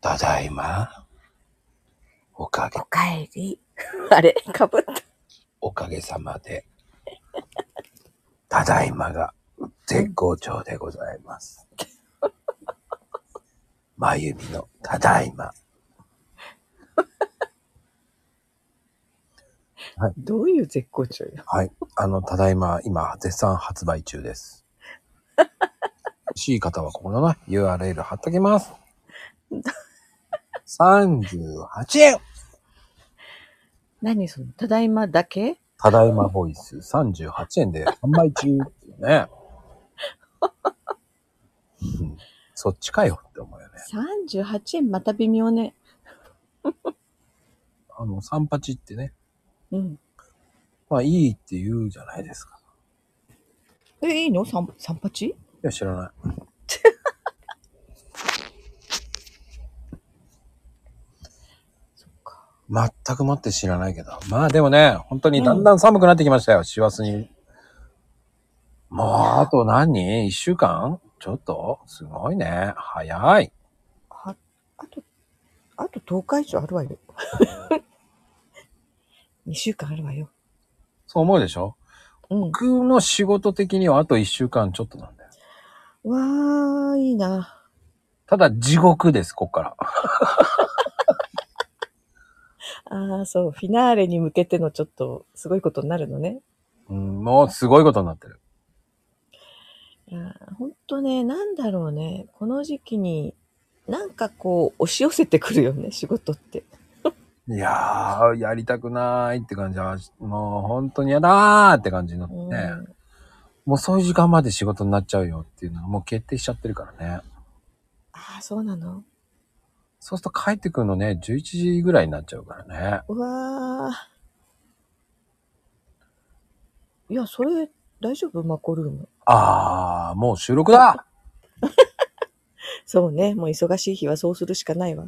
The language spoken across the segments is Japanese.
ただいま。おかげお、かえり。 あれかぶった。おかげさまで。ただいまが絶好調でございます。まゆみのただいま。どういう絶好調よ。はい。あの、ただいま、今、絶賛発売中です。欲しい方はここのな URL 貼っときます。38円何その、ただいまだけただいまボイス38円で販売中っていうね。うんそっちかよって思うよね。 ?38 円また微妙ね。あの、サンパチってね、うん。まあいいって言うじゃないですか。え、いいの三三八いや、知らない。そっか。全くもって知らないけど。まあでもね、本当にだんだん寒くなってきましたよ、師走に。もう、あと何一週間ちょっとすごいね。早い。は、あと、あと10日以上あるわよ。2週間あるわよ。そう思うでしょうん。僕の仕事的にはあと一週間ちょっとなんだよ。わー、いいな。ただ地獄です、こっから。あー、そう、フィナーレに向けてのちょっと、すごいことになるのね。うん、もうすごいことになってる。いやーほんとね、なんだろうね。この時期に、なんかこう、押し寄せてくるよね、仕事って。いやー、やりたくないって感じ。あもう本当にやだーって感じになってうんね。もうそういう時間まで仕事になっちゃうよっていうのがもう決定しちゃってるからね。ああ、そうなのそうすると帰ってくるのね、11時ぐらいになっちゃうからね。うわあ。いや、それ、大丈夫マコルーム。あー、もう収録だそうね。もう忙しい日はそうするしかないわ。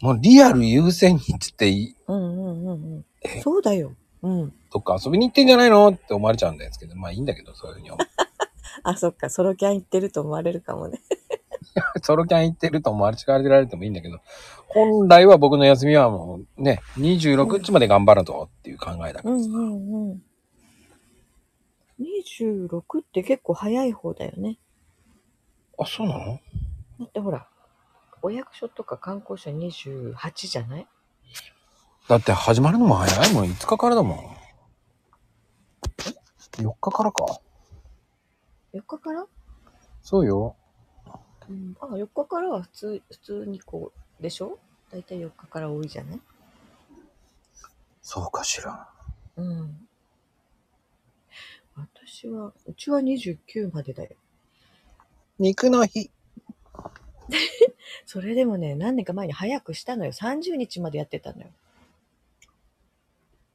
もうリアル優先にって言って、うんうんうんうえん。そうだよ。うん。どっか遊びに行ってんじゃないのって思われちゃうんですけど、まあいいんだけど、そういうふうに思 う。あ、そっか。ソロキャン行ってると思われるかもね。ソロキャン行ってると思われちゃられてもいいんだけど、本来は僕の休みはもうね、26日まで頑張るぞっていう考えだかうらんさ。うんうん。26って結構早い方だよね。あ、そうなのだってほら、お役所とか観光者28じゃないだって始まるのも早いもん、5日からだもん。4日からか。 ?4 日からそうよ。うん、あ4日からは普通普通にこうでしょ大体4日から多いじゃないそうかしら。うん私はうちは29までだよ肉の日。それでもね何年か前に早くしたのよ30日までやってたのよ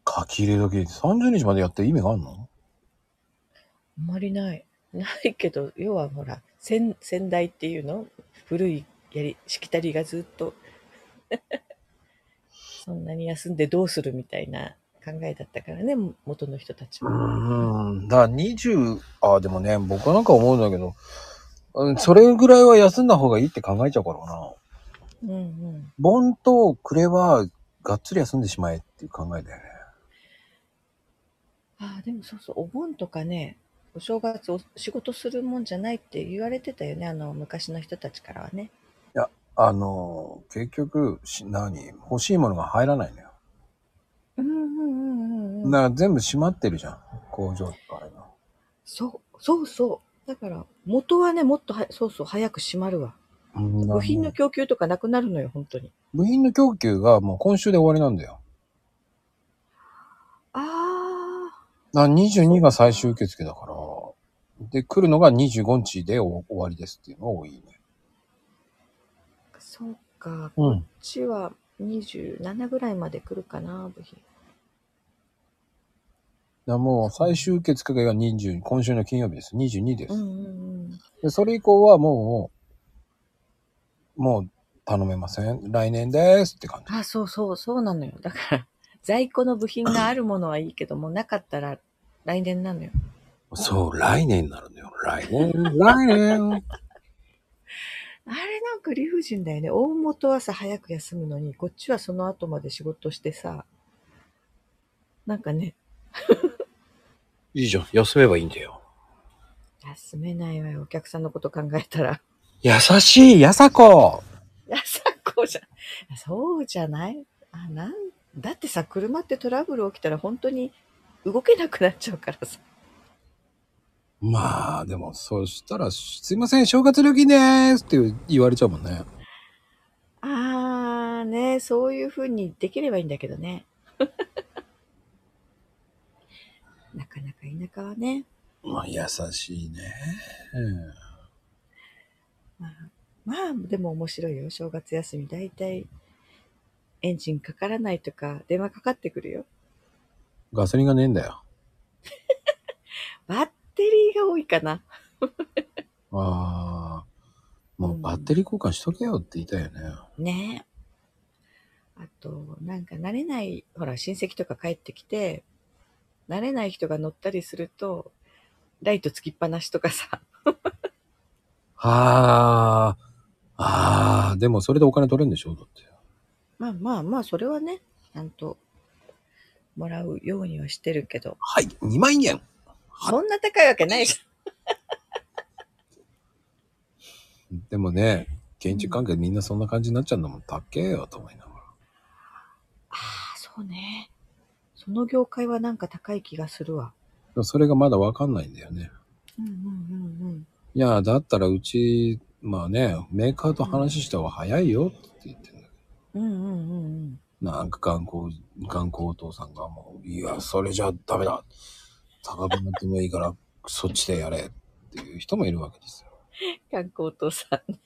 書き入れ時30日までやって意味があるのあんまりないないけど要はほら先先代っていうの古いやりしきたりがずっと そんなに休んでどうするみたいな考えだったからねも元の人たちもうん。だから20、あ、でもね、僕なんか思うんだけど、うんそれぐらいは休んだ方がいいって考えちゃうからな。うんうん盆と暮れはがっつり休んでしまえっていう考えだよね。ああ、でもそうそう、お盆とかね、お正月、お仕事するもんじゃないって言われてたよね、あの、昔の人たちからはね。あの、結局、し何欲しいものが入らないのよ。うんうんうんだから全部閉まってるじゃん。工場とかあれが。そう、そうそう。だから、元はね、もっとは、そうそう、早く閉まるわ。部品の供給とかなくなるのよ、本当に。部品の供給がもう今週で終わりなんだよ。ああ、だから22が最終受付だから、で、来るのが25日でお終わりですっていうのが多いね。そうか。こうん。っちは27ぐらいまで来るかな、部品。もう最終受付が20、今週の金曜日です。22です。うんうんうん。でそれ以降はもう、もう頼めません。来年ですって感じ。あ、そうそう、そうなのよ。だから、在庫の部品があるものはいいけども、なかったら来年なのよ。 そう、来年になるんだよ。来年、来年。あれなんか理不尽だよね。大元はさ、早く休むのに、こっちはその後まで仕事してさ、なんかね、いいじゃん。休めばいいんだよ。休めないわよ。お客さんのこと考えたら。 優しい、やさこ。あさこじゃ、そうじゃないあなんだってさ、車ってトラブル起きたら本当に動けなくなっちゃうからさ。まあ、でも、そしたら、すいません、正月料金でーすって言われちゃうもんね。あーね、そういうふうにできればいいんだけどね。 なかなか田舎はね、まあ、優しいね。まあ、まあ、でも面白いよ。正月休み、だいたいエンジンかからないとか、電話かかってくるよ。ガソリンがねえんだよ。バッテリーが多いかな。ああ。もうバッテリー交換しとけよって言いたいよね。ねえ。あと、なんか慣れない、ほら、親戚とか帰ってきて、慣れない人が乗ったりすると、ライトつきっぱなしとかさ。 ああ。ああ。でもそれでお金取れるんでしょだって。まあまあまあ、それはね、ちゃんと、もらうようにはしてるけど、はい、2万円。そんな高いわけないじでもね、現地関係みんなそんな感じになっちゃうんだもん。たっけえよと思いながら。ゃん。ああ、そうね。その業界はなんか高い気がするわ。でもそれがまだわかんないんだよね。うんうんうんうん。いや、だったらうち、まあね、メーカーと話した方が早いよって言ってんだけど。うんうんうんうん。なんか頑固、頑固お父さんがもう、いや、それじゃダメだ。高くなってもいいから、そっちでやれっていう人もいるわけですよ。観光お父さん。で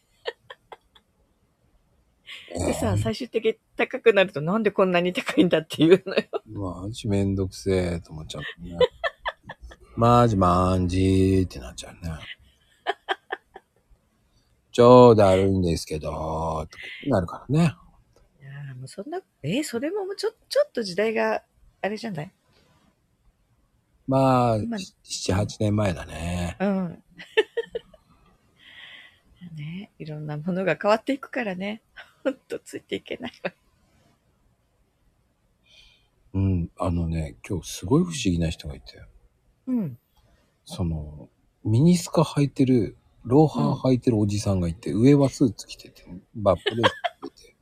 えさ、え最終的に高くなるとなんでこんなに高いんだっていうのよ。まあ、うちめんどくせえと思っちゃうね。 マジマンジーってなっちゃうね。 超だるいんですけど、とかなるからね。いやーもうそんな、えーそれももうちょ、ちょっと時代が、あれじゃないまあ、今7、8年前だね。うん。 ね、いろんなものが変わっていくからね。ほんとついていけないわ。うん、あのね、今日すごい不思議な人がいて、うん。その、ミニスカ履いてる、ローハー履いてるおじさんがいて、上はスーツ着てて、バップで着て て。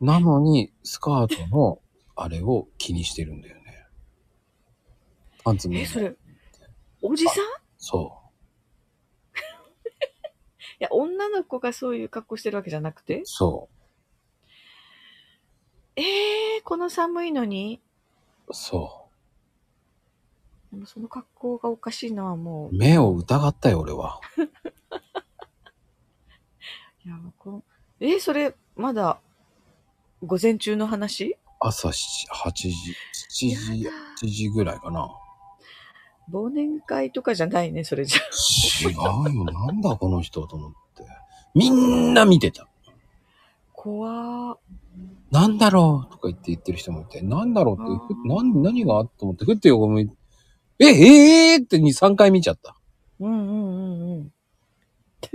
なのに、スカートの、あれを気にしてるんだよね。パンツ見え、えそない。れ、おじさんいそう。や、女の子がそういう格好してるわけじゃなくてそえー、この寒いのにう。そでもその格好がおかしいのはもうう。、目を疑ったよ、俺は。いや、もうこうえー、それ、まだ、午前中の話朝し8時、7時やだ、 8時ぐらいかな。忘年会とかじゃないね、それじゃ。違うよ、なんだこの人と思って。みんな見てた。怖ー。なんだろうとか言って言ってる人もいて、なんだろうって、ふあー何、何がと思って、ふって横向いて、え、ええー、って2、3回見ちゃった。うんうんうんうん。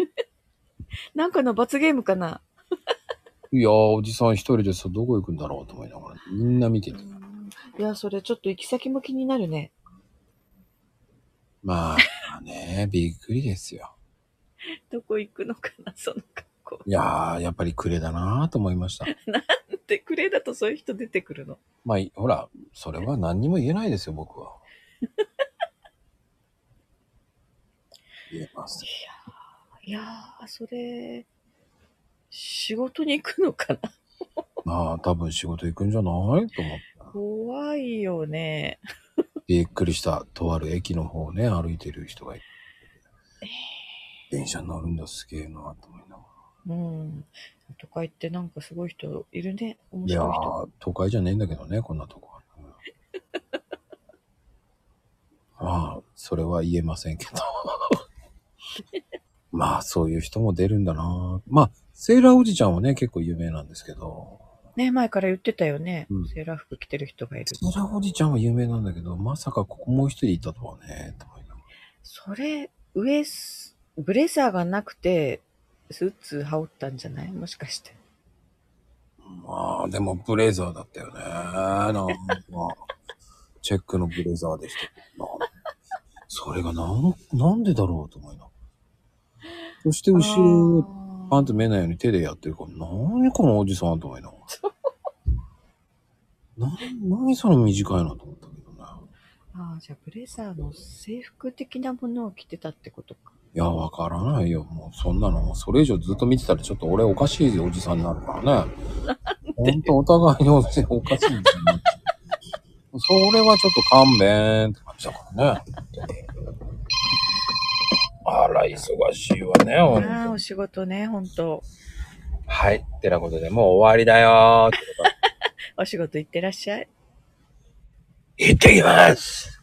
なんかの罰ゲームかな。いやー、おじさん一人でさ、どこ行くんだろうと思いながら、みんな見てて。いや、それちょっと行き先も気になるね。まあね、 びっくりですよ。どこ行くのかな、その格好。いやー、やっぱりクレだなーと思いました。で、クレだとそういう人出てくるの。まあ、いほら、それは何にも言えないですよ、僕 は。言えません。いやー、それ、仕事に行くのかな。まあ、多分仕事行くんじゃないと思った。怖いよね。びっくりした。とある駅の方をね、歩いてる人がいて。電車に乗るんだ、すげえなと思いながうん。都会ってなんかすごい人いるね。面ら。いや白い人。ー、都会じゃねえんだけどね、こんなとこは。 まあ、それは言えませんけど。 まあ、そういう人も出るんだなまあ、セーラーおじちゃんはね、結構有名なんですけど、ね、前から言ってたよね。うんセーラー服着てる人がいセる。ーラーおじちゃんは有名なんだけど、まさかここもう一人いたとはね、と思いながら。それ、上す、ブレザーがなくて、スーツ羽織ったんじゃないもしかして。まあ、でもブレザーだったよね。なんか、チェックのブレザーでした。なそれがなん、なんでだろうと思いな。そして後ろ、あパンと見えないように手でやってるから、何このおじさんと思いな。な、何その短いなと思ったけどね。あー、じゃあブレザーの制服的なものを着てたってことか。いや、わからないよ。もうそんなの、それ以上ずっと見てたらちょっと俺おかしいおじさんになるからね。ほんとお互いにおかしいおかしいおじさんになっちゃう。それはちょっと勘弁って感じだからね。あら、忙しいわね、あほんとあー、お仕事ね、ほんと。はい。てなことでもう終わりだよーってこと。お仕事行ってらっしゃい。行ってきます